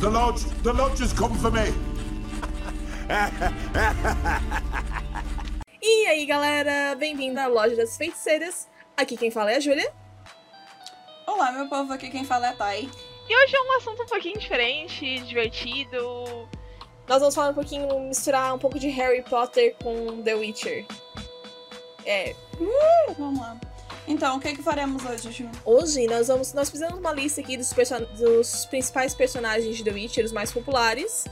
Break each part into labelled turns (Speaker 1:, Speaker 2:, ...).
Speaker 1: The lodge, the lodge has come for me.
Speaker 2: E aí, galera, bem-vindo à Loja das Feiticeiras. Aqui quem fala é a Júlia.
Speaker 3: Olá, meu povo, aqui quem fala é a Thay.
Speaker 4: E hoje é um assunto um pouquinho diferente, divertido.
Speaker 2: Nós vamos falar um pouquinho, misturar um pouco de Harry Potter com The Witcher. É,
Speaker 3: Vamos lá. Então, o que que faremos hoje, Ju?
Speaker 2: hoje nós vamos, nós fizemos uma lista aqui dos, perso- dos principais personagens de The Witcher, os mais populares,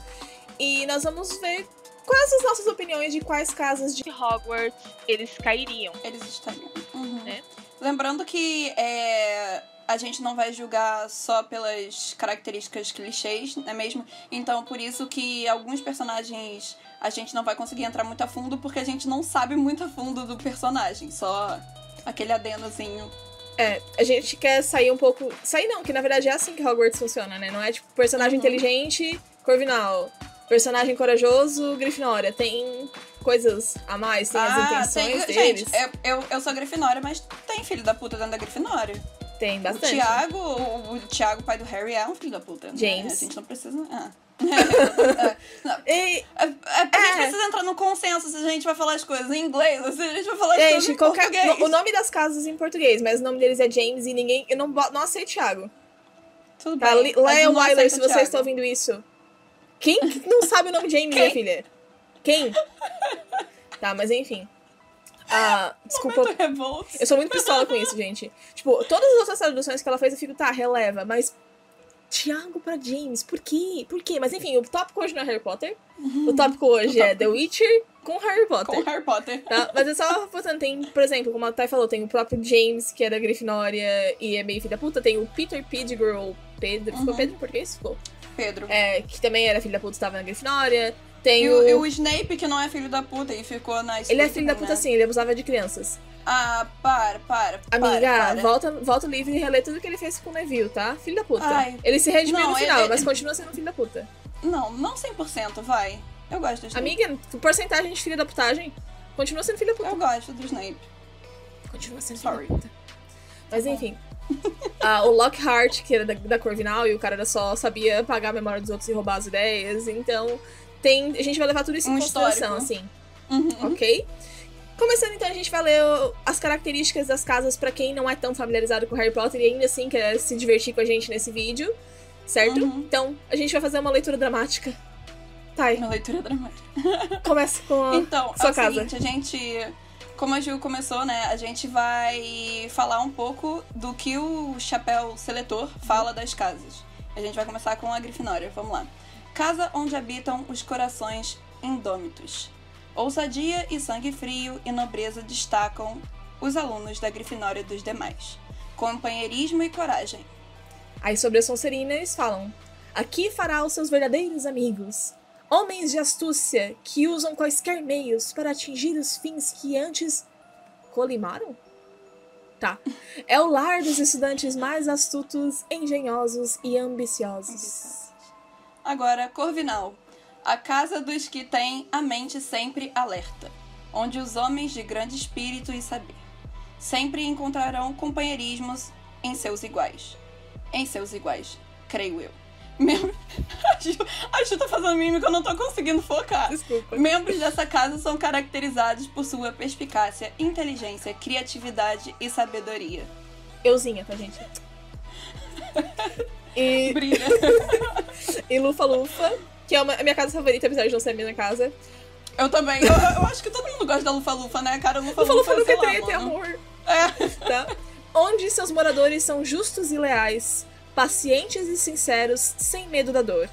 Speaker 2: e nós vamos ver quais as nossas opiniões de quais casas de
Speaker 4: De Hogwarts, eles cairiam.
Speaker 3: Eles estariam. Uhum.
Speaker 4: É.
Speaker 3: Lembrando que é, a gente não vai julgar só pelas características clichês, não é mesmo? Então, por isso que alguns personagens a gente não vai conseguir entrar muito a fundo, porque a gente não sabe muito a fundo do personagem, só aquele adenozinho.
Speaker 2: É, a gente quer sair um pouco. Sair não, que na verdade é assim que Hogwarts funciona, né? Não é tipo personagem
Speaker 3: Uhum.
Speaker 2: inteligente, Corvinal. Personagem corajoso, Grifinória. Tem coisas a mais, tem as intenções
Speaker 3: Ah, tem,
Speaker 2: deles.
Speaker 3: gente, é eu, eu, eu sou Grifinória, mas tem filho da puta dentro da Grifinória.
Speaker 2: Tem bastante.
Speaker 3: O Thiago, o, o Thiago, pai do Harry, é um filho da puta. né?
Speaker 2: James.
Speaker 3: A gente não precisa. Ah.
Speaker 2: E,
Speaker 3: É, é, a gente
Speaker 2: É.
Speaker 3: precisa entrar no consenso se a gente vai falar as coisas em inglês ou se a gente vai falar as coisas
Speaker 2: gente,
Speaker 3: em
Speaker 2: qualquer,
Speaker 3: português.
Speaker 2: no- o nome das casas em português, mas o nome deles é James e ninguém. Eu não, bo- não aceito Thiago.
Speaker 3: Tudo
Speaker 2: Tá? Le-
Speaker 3: bem.
Speaker 2: Leia
Speaker 3: Mas não
Speaker 2: Wyler,
Speaker 3: aceita
Speaker 2: se
Speaker 3: o
Speaker 2: você
Speaker 3: Thiago.
Speaker 2: está ouvindo isso. Quem que não sabe o nome James, minha filha? Quem? Tá, mas enfim. Ah, desculpa.
Speaker 3: Muito revolto.
Speaker 2: Eu sou muito pistola com isso, gente. Tipo, todas as outras traduções que ela fez, eu fico, tá, releva, mas. Tiago pra James, por quê? Por quê? Mas enfim, o tópico hoje não é Harry Potter. O tópico hoje é The Witcher com Harry
Speaker 3: Com
Speaker 2: Potter.
Speaker 3: Harry Potter.
Speaker 2: Tá? Mas é só botando, tem, por exemplo, como a Thay falou, tem o próprio James, que era Grifinória e é meio filho da puta. Tem o Peter Pettigrew, Pedro. Ficou
Speaker 3: Uhum.
Speaker 2: Pedro em português? Ficou.
Speaker 3: Pedro.
Speaker 2: É, que também era filho da puta, estava na Grifinória. Tem
Speaker 3: E
Speaker 2: o.
Speaker 3: o, e o Snape, que não é filho da puta e ficou na
Speaker 2: Ele é
Speaker 3: Slytherin,
Speaker 2: filho da puta
Speaker 3: né?
Speaker 2: sim, ele abusava de crianças.
Speaker 3: Ah, para, para. para,
Speaker 2: Amiga,
Speaker 3: para.
Speaker 2: Volta, volta o livro e relê tudo que ele fez com o Neville, tá? Filho da puta.
Speaker 3: Ai.
Speaker 2: Ele se redimiu
Speaker 3: Não,
Speaker 2: no final,
Speaker 3: ele- é-
Speaker 2: mas continua sendo um filho da puta.
Speaker 3: Não, não 100%, vai. Eu gosto do Snape.
Speaker 2: Amiga, porcentagem de filho da putagem. Continua sendo filho da puta.
Speaker 3: Eu gosto do Snape.
Speaker 2: Continua sendo
Speaker 3: Sorry. Tá
Speaker 2: filho da puta. Mas enfim. Ah, o Lockhart, que era da, da Corvinal, e o cara era só sabia pagar a memória dos outros e roubar as ideias. Então, tem, a gente vai levar tudo isso em
Speaker 3: Um
Speaker 2: consideração,
Speaker 3: histórico.
Speaker 2: assim.
Speaker 3: Uhum.
Speaker 2: Ok? Começando então, a gente vai ler o- as características das casas pra quem não é tão familiarizado com Harry Potter e ainda assim quer se divertir com a gente nesse vídeo, certo?
Speaker 3: Uhum.
Speaker 2: Então, a gente vai fazer uma leitura dramática. Tá, e
Speaker 3: Minha leitura é dramática.
Speaker 2: começa com a...
Speaker 3: Então,
Speaker 2: Sua
Speaker 3: é o
Speaker 2: casa.
Speaker 3: seguinte, a gente. Como a Ju começou, né? A gente vai falar um pouco do que o chapéu seletor fala das casas. A gente vai começar com a Grifinória, vamos lá. Casa onde habitam os corações indômitos. Ousadia e sangue frio e nobreza destacam os alunos da Grifinória dos demais. Companheirismo e coragem.
Speaker 2: Aí sobre a Sonserina eles falam: Aqui fará os seus verdadeiros amigos. Homens de astúcia que usam quaisquer meios para atingir os fins que antes colimaram? Tá. É o lar dos estudantes mais astutos, engenhosos e ambiciosos.
Speaker 3: Agora, Corvinal. A casa dos que têm a mente sempre alerta, onde os homens de grande espírito e saber sempre encontrarão companheirismos em seus iguais. Em seus iguais, creio eu. Mem- A Ju, a Ju tá fazendo mímica, eu não tô conseguindo focar.
Speaker 2: Desculpa.
Speaker 3: Membros dessa casa são caracterizados por sua perspicácia, inteligência, criatividade e sabedoria.
Speaker 2: Euzinha, tá, gente? E,
Speaker 3: Brilha.
Speaker 2: e Lufa Lufa, que é uma- a minha casa favorita, apesar de não ser a minha casa.
Speaker 3: Eu também. Eu, eu acho que todo mundo gosta da Lufa-Lufa, né? Cara,
Speaker 2: Lufa Lufa
Speaker 3: Lufa-Lufa
Speaker 2: nunca
Speaker 3: sei lá,
Speaker 2: teria ter
Speaker 3: mano.
Speaker 2: amor.
Speaker 3: É.
Speaker 2: tá? Onde seus moradores são justos e leais, pacientes e sinceros, sem medo da dor.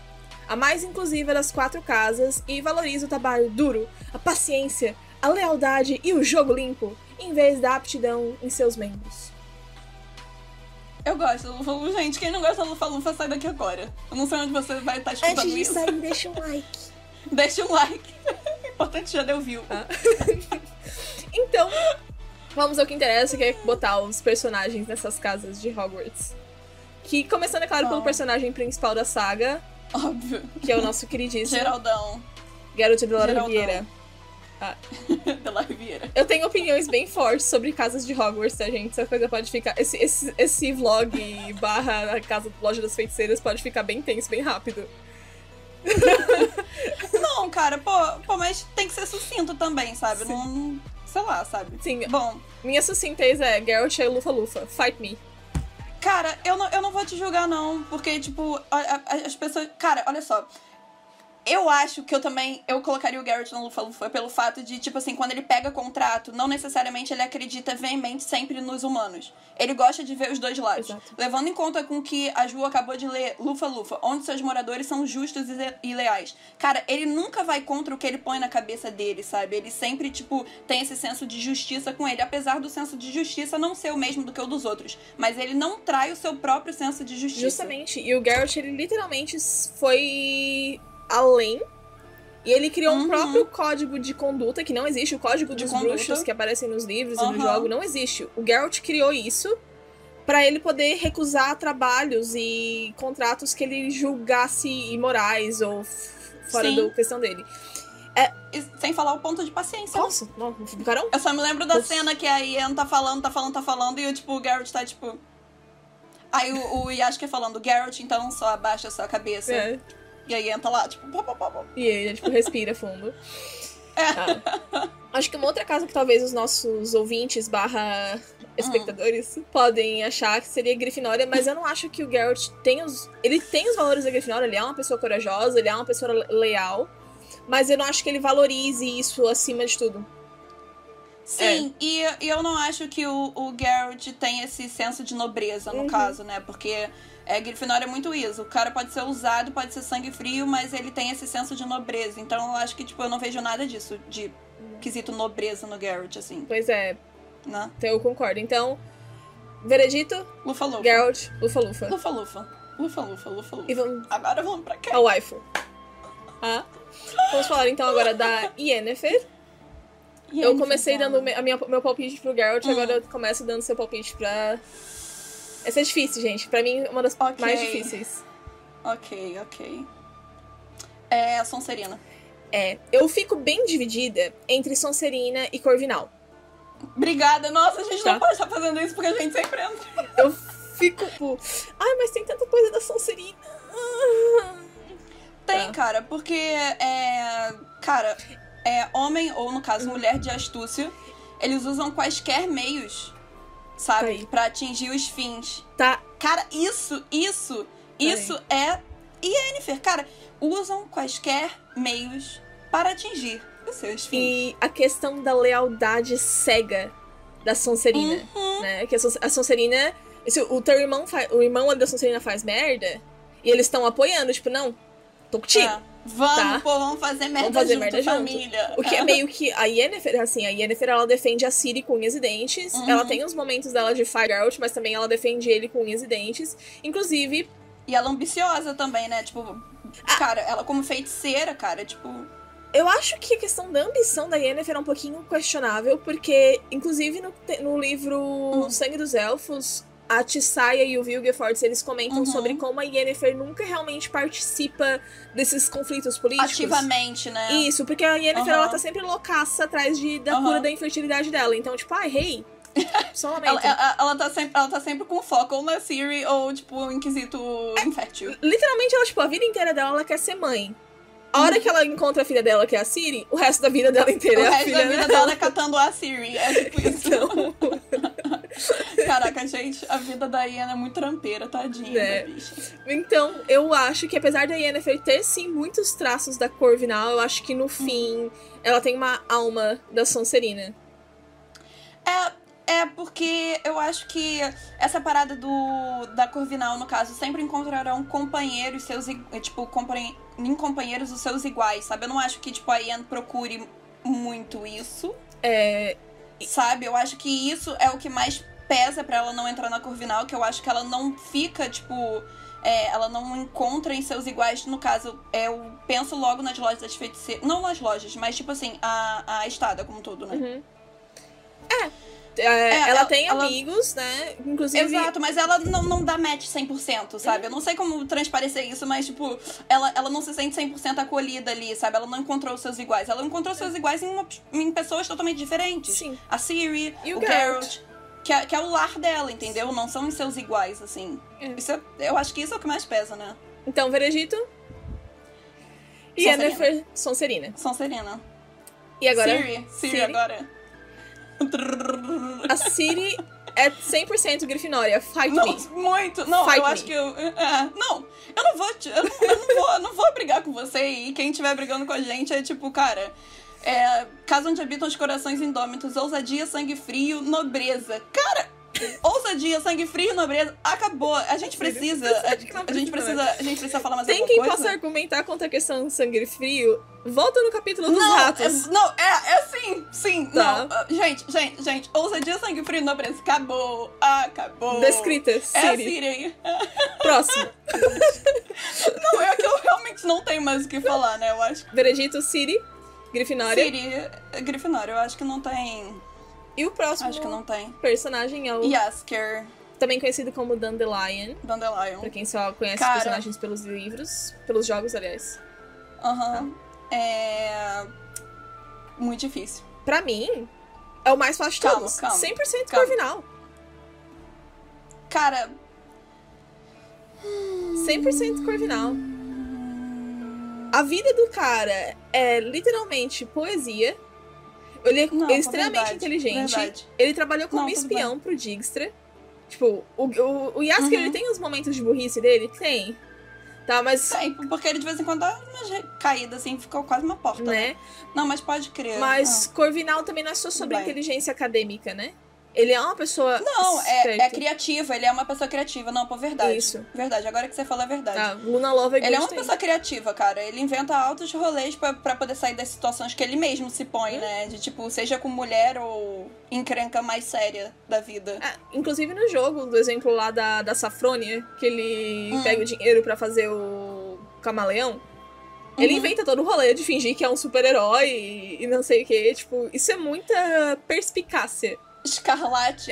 Speaker 2: A mais inclusiva das quatro casas e valoriza o trabalho duro, a paciência, a lealdade e o jogo limpo, em vez da aptidão em seus membros.
Speaker 3: Eu gosto do Lufa Lufa. Gente, quem não gosta do Lufa Lufa, sai daqui agora. Eu não sei onde você vai estar escutando
Speaker 2: Antes de
Speaker 3: isso.
Speaker 2: sair, deixa um like.
Speaker 3: Deixa um like. Importante já deu view.
Speaker 2: Ah. tá? Então, vamos ao que interessa, que é botar os personagens nessas casas de Hogwarts. Que começando, é claro, pelo
Speaker 3: Bom.
Speaker 2: personagem principal da saga,
Speaker 3: Óbvio.
Speaker 2: que é o nosso queridíssimo
Speaker 3: Geraldão.
Speaker 2: Garoto de Laura
Speaker 3: Geraldão.
Speaker 2: Vieira.
Speaker 3: da Laviera.
Speaker 2: Eu tenho opiniões bem fortes sobre casas de Hogwarts, tá, gente? Essa coisa pode ficar. Esse, esse, esse vlog barra a casa loja das feiticeiras pode ficar bem tenso, bem rápido.
Speaker 3: Não, cara, pô, pô, mas tem que ser sucinto também, sabe?
Speaker 2: Sim.
Speaker 3: Não. Sei lá, sabe?
Speaker 2: Sim.
Speaker 3: Bom,
Speaker 2: Minha sucintez é Geralt é Lufa Lufa. Fight me.
Speaker 3: cara, eu não, eu não vou te julgar, não, porque, tipo, a- a- as pessoas. Cara, olha só. Eu acho que eu também. Eu colocaria o Garrett no Lufa Lufa pelo fato de, tipo assim, quando ele pega contrato, não necessariamente ele acredita veemente sempre nos humanos. Ele gosta de ver os dois lados.
Speaker 2: Exato.
Speaker 3: Levando em conta com que a Ju acabou de ler Lufa Lufa, onde seus moradores são justos e le- e leais. Cara, ele nunca vai contra o que ele põe na cabeça dele, sabe? Ele sempre, tipo, tem esse senso de justiça com ele, apesar do senso de justiça não ser o mesmo do que o dos outros. Mas ele não trai o seu próprio senso de justiça.
Speaker 2: Justamente. E o Geralt, ele literalmente s- foi além. E ele criou um
Speaker 3: Uhum.
Speaker 2: próprio código de conduta, que não existe. O código
Speaker 3: De
Speaker 2: dos
Speaker 3: conduta.
Speaker 2: bruxos que aparecem nos livros e
Speaker 3: Aham.
Speaker 2: no jogo não existe. O Geralt criou isso pra ele poder recusar trabalhos e contratos que ele julgasse imorais ou f- fora
Speaker 3: Sim.
Speaker 2: do questão dele.
Speaker 3: E sem falar o ponto de paciência. né?
Speaker 2: Nossa, não, do carão?
Speaker 3: Eu só me lembro da
Speaker 2: Nossa.
Speaker 3: cena que a Ian tá falando, tá falando, tá falando, e o, tipo, o Garrett tá, tipo... Aí o, o Yasuke falando, Garrett, então só abaixa a sua cabeça.
Speaker 2: É.
Speaker 3: E a Ian tá lá, tipo... Pô, pô, pô, pô.
Speaker 2: E ele, tipo, respira fundo. Ah. Acho que uma outra casa que talvez os nossos ouvintes barra espectadores podem achar que seria Grifinória, mas eu não acho que o Geralt tem os... Ele tem os valores da Grifinória, ele é uma pessoa corajosa, ele é uma pessoa le- leal, mas eu não acho que ele valorize isso acima de tudo.
Speaker 3: Sim, e, e eu não acho que o, o Garrett tem esse senso de nobreza, no
Speaker 2: Uhum.
Speaker 3: caso, né? Porque é, Grifinória é muito isso. O cara pode ser usado, pode ser sangue frio, mas ele tem esse senso de nobreza. Então eu acho que, tipo, eu não vejo nada disso, de quesito nobreza no Garrett, assim,
Speaker 2: Pois é,
Speaker 3: né?
Speaker 2: então eu concordo. Então, veredito,
Speaker 3: Lufa, lufa.
Speaker 2: Geralt, lufa-lufa.
Speaker 3: Lufa, lufa. Lufa, lufa, lufa, lufa.
Speaker 2: E vamos...
Speaker 3: Agora vamos pra cá.
Speaker 2: A waifu. Ah. Vamos falar então agora da Yennefer. Eu comecei
Speaker 3: então?
Speaker 2: dando me- a minha, meu palpite pro Geralt, agora eu começo dando seu palpite pra. Essa é difícil, gente. Pra mim, uma das
Speaker 3: Ok.
Speaker 2: mais difíceis.
Speaker 3: Ok, ok. É a Sonserina.
Speaker 2: É, eu fico bem dividida entre Sonserina e Corvinal.
Speaker 3: Obrigada. Nossa, a gente
Speaker 2: Tá.
Speaker 3: não pode estar fazendo isso porque a gente sempre entra.
Speaker 2: Eu fico. tipo, Ai, mas tem tanta coisa da Sonserina.
Speaker 3: Tem,
Speaker 2: Tá.
Speaker 3: cara, porque é. Cara, é homem, ou no caso, mulher de astúcia, eles usam quaisquer meios,
Speaker 2: Tá
Speaker 3: sabe?
Speaker 2: aí.
Speaker 3: Pra atingir os fins.
Speaker 2: Tá,
Speaker 3: Cara, isso, isso,
Speaker 2: Peraí.
Speaker 3: isso é. Yennefer, cara, usam quaisquer meios para atingir os seus fins.
Speaker 2: e a questão da lealdade cega da Sonserina. né? Que a, Son- a Sonserina. Se o teu irmão fa- o irmão ali da Sonserina faz merda, e eles estão apoiando, tipo, não, tô contigo.
Speaker 3: Tá. Vamos,
Speaker 2: Tá.
Speaker 3: pô, vamos fazer merda
Speaker 2: Vamos fazer
Speaker 3: junto,
Speaker 2: merda junto.
Speaker 3: família.
Speaker 2: O que é meio que a Yennefer, assim, a Yennefer ela defende a Ciri com unhas e dentes.
Speaker 3: Uhum.
Speaker 2: Ela tem uns momentos dela de Fire Out, mas também ela defende ele com unhas e dentes. Inclusive,
Speaker 3: E ela é ambiciosa também, né? Tipo,
Speaker 2: Ah.
Speaker 3: cara, ela como feiticeira, cara, tipo.
Speaker 2: eu acho que a questão da ambição da Yennefer é um pouquinho questionável, porque, inclusive, no, te- no livro
Speaker 3: Uhum.
Speaker 2: Sangue dos Elfos, a Tissaia e o Vilgefortz, eles comentam
Speaker 3: Uhum.
Speaker 2: sobre como a Yennefer nunca realmente participa desses conflitos políticos.
Speaker 3: Ativamente, né?
Speaker 2: Isso, porque a Yennefer,
Speaker 3: Aham.
Speaker 2: ela tá sempre loucaça atrás de, da
Speaker 3: Aham.
Speaker 2: cura da infertilidade dela. Então, tipo, ai, rei, só lamento.
Speaker 3: Ela, ela, ela tá sempre, ela tá sempre com foco ou na Siri ou, tipo, em quesito
Speaker 2: É.
Speaker 3: infértil.
Speaker 2: Literalmente, ela, tipo, a vida inteira dela, ela quer ser mãe. A hora que ela encontra a filha dela, que é a Siri, o resto da vida dela
Speaker 3: O
Speaker 2: inteira é a
Speaker 3: resto
Speaker 2: filha
Speaker 3: da vida
Speaker 2: dela.
Speaker 3: dela é catando a Siri. É tipo isso.
Speaker 2: Então,
Speaker 3: Caraca, gente, a vida da Ian é muito trampeira, tadinha
Speaker 2: É.
Speaker 3: da bicha.
Speaker 2: então, eu acho que apesar da Yennefer ter, sim, muitos traços da Corvinal, eu acho
Speaker 3: Uhum.
Speaker 2: que no fim ela tem uma alma da Sonserina.
Speaker 3: É, é porque eu acho que essa parada do da Corvinal, no caso, sempre encontrarão companheiros seus, i- eh, tipo, companhe- em companheiros os seus iguais, sabe? Eu não acho que, tipo, a Ian procure muito isso,
Speaker 2: É,
Speaker 3: sabe? Eu acho que isso é o que mais pesa pra ela não entrar na Corvinal, que eu acho que ela não fica, tipo... é, ela não encontra em seus iguais, no caso, eu penso logo nas lojas das feiticeiras. Não nas lojas, mas tipo assim, a, a estada como um todo, né?
Speaker 2: uhum. É, é,
Speaker 3: É,
Speaker 2: ela,
Speaker 3: ela-
Speaker 2: tem
Speaker 3: ela-
Speaker 2: amigos, né? Inclusive,
Speaker 3: Exato, mas ela não, não dá match 100%, sabe? Eu não sei como transparecer isso, mas, tipo, ela, ela não se sente 100% acolhida ali, sabe? Ela não encontrou seus iguais. Ela encontrou seus iguais em, uma- em pessoas totalmente diferentes.
Speaker 2: sim.
Speaker 3: A Siri,
Speaker 2: E o
Speaker 3: o Geralt, que, é, que é o lar dela, entendeu? Não são os seus iguais, assim.
Speaker 2: É.
Speaker 3: Isso é- eu acho que isso é o que mais pesa, né?
Speaker 2: Então, veredito? E
Speaker 3: Sonserina.
Speaker 2: Yennefer Sonserina.
Speaker 3: Sonserina.
Speaker 2: E agora.
Speaker 3: Siri. Siri,
Speaker 2: Siri.
Speaker 3: agora.
Speaker 2: A Siri é 100% Grifinória. Fight
Speaker 3: Não,
Speaker 2: me.
Speaker 3: muito. Não,
Speaker 2: Fight
Speaker 3: eu acho
Speaker 2: me.
Speaker 3: que eu. é, não, eu não vou. te- Eu não, eu não vou, eu não vou brigar com você. E quem estiver brigando com a gente é tipo, cara. É, casa onde habitam os corações indômitos, ousadia, sangue frio, nobreza. Cara, ousadia, sangue frio, nobreza. Acabou. A gente precisa. A,
Speaker 2: Acho que não
Speaker 3: a gente
Speaker 2: precisa,
Speaker 3: precisa. A gente precisa falar mais
Speaker 2: Tem
Speaker 3: alguma
Speaker 2: quem
Speaker 3: coisa.
Speaker 2: possa argumentar contra a questão do sangue frio? Volta no capítulo dos
Speaker 3: não,
Speaker 2: ratos.
Speaker 3: É, não, é, é sim, sim.
Speaker 2: Tá.
Speaker 3: Não, ah, gente, gente, gente, ousadia, sangue frio, nobreza. Acabou. Acabou.
Speaker 2: Descrita,
Speaker 3: É a
Speaker 2: Siri.
Speaker 3: Siri aí.
Speaker 2: Próximo.
Speaker 3: Não, é que eu realmente não tenho mais o que falar, né? Eu acho que.
Speaker 2: Veredito, Siri. Grifinória.
Speaker 3: Siri, é Grifinória, eu acho que não tem.
Speaker 2: E o próximo
Speaker 3: Acho que não tem.
Speaker 2: personagem é o
Speaker 3: Yasker,
Speaker 2: também conhecido como Dandelion.
Speaker 3: Dandelion.
Speaker 2: Pra quem só conhece
Speaker 3: Cara.
Speaker 2: os personagens pelos livros, pelos jogos, aliás.
Speaker 3: Aham. É. Muito difícil.
Speaker 2: Pra mim, é o mais fácil de
Speaker 3: Calma,
Speaker 2: todos.
Speaker 3: calma,
Speaker 2: 100%
Speaker 3: calma.
Speaker 2: Corvinal.
Speaker 3: Cara,
Speaker 2: 100% Corvinal. A vida do cara é literalmente poesia. Ele é
Speaker 3: Não,
Speaker 2: extremamente
Speaker 3: verdade,
Speaker 2: inteligente.
Speaker 3: verdade.
Speaker 2: Ele trabalhou como
Speaker 3: Não, tudo
Speaker 2: espião pro Dijkstra. Tipo, o, o, o Yasuke,
Speaker 3: Uhum.
Speaker 2: ele tem os momentos de burrice dele? Tem. Tá, mas...
Speaker 3: sei, porque ele de vez em quando dá umas re- caídas assim, ficou quase uma porta.
Speaker 2: Né?
Speaker 3: Não, mas pode crer.
Speaker 2: Mas Corvinal também não é só sobre
Speaker 3: Vai.
Speaker 2: inteligência acadêmica, né? Ele é uma pessoa.
Speaker 3: Ah. Não, é,
Speaker 2: esperta.
Speaker 3: é criativa, ele é uma pessoa criativa. Não, pô, verdade.
Speaker 2: Isso.
Speaker 3: Verdade, agora que você fala a verdade.
Speaker 2: Ah, Luna Lovegood
Speaker 3: Ele é uma
Speaker 2: tem.
Speaker 3: pessoa criativa, cara. Ele inventa altos rolês pra, pra poder sair das situações que ele mesmo se põe, né? De tipo, seja com mulher ou encrenca mais séria da vida.
Speaker 2: Ah, inclusive no jogo, do exemplo lá da, da Safrônia, que ele
Speaker 3: Hum.
Speaker 2: pega o dinheiro pra fazer o camaleão. Ele
Speaker 3: Uhum.
Speaker 2: inventa todo o rolê de fingir que é um super-herói e, e não sei o que. Tipo, isso é muita perspicácia.
Speaker 3: Escarlate.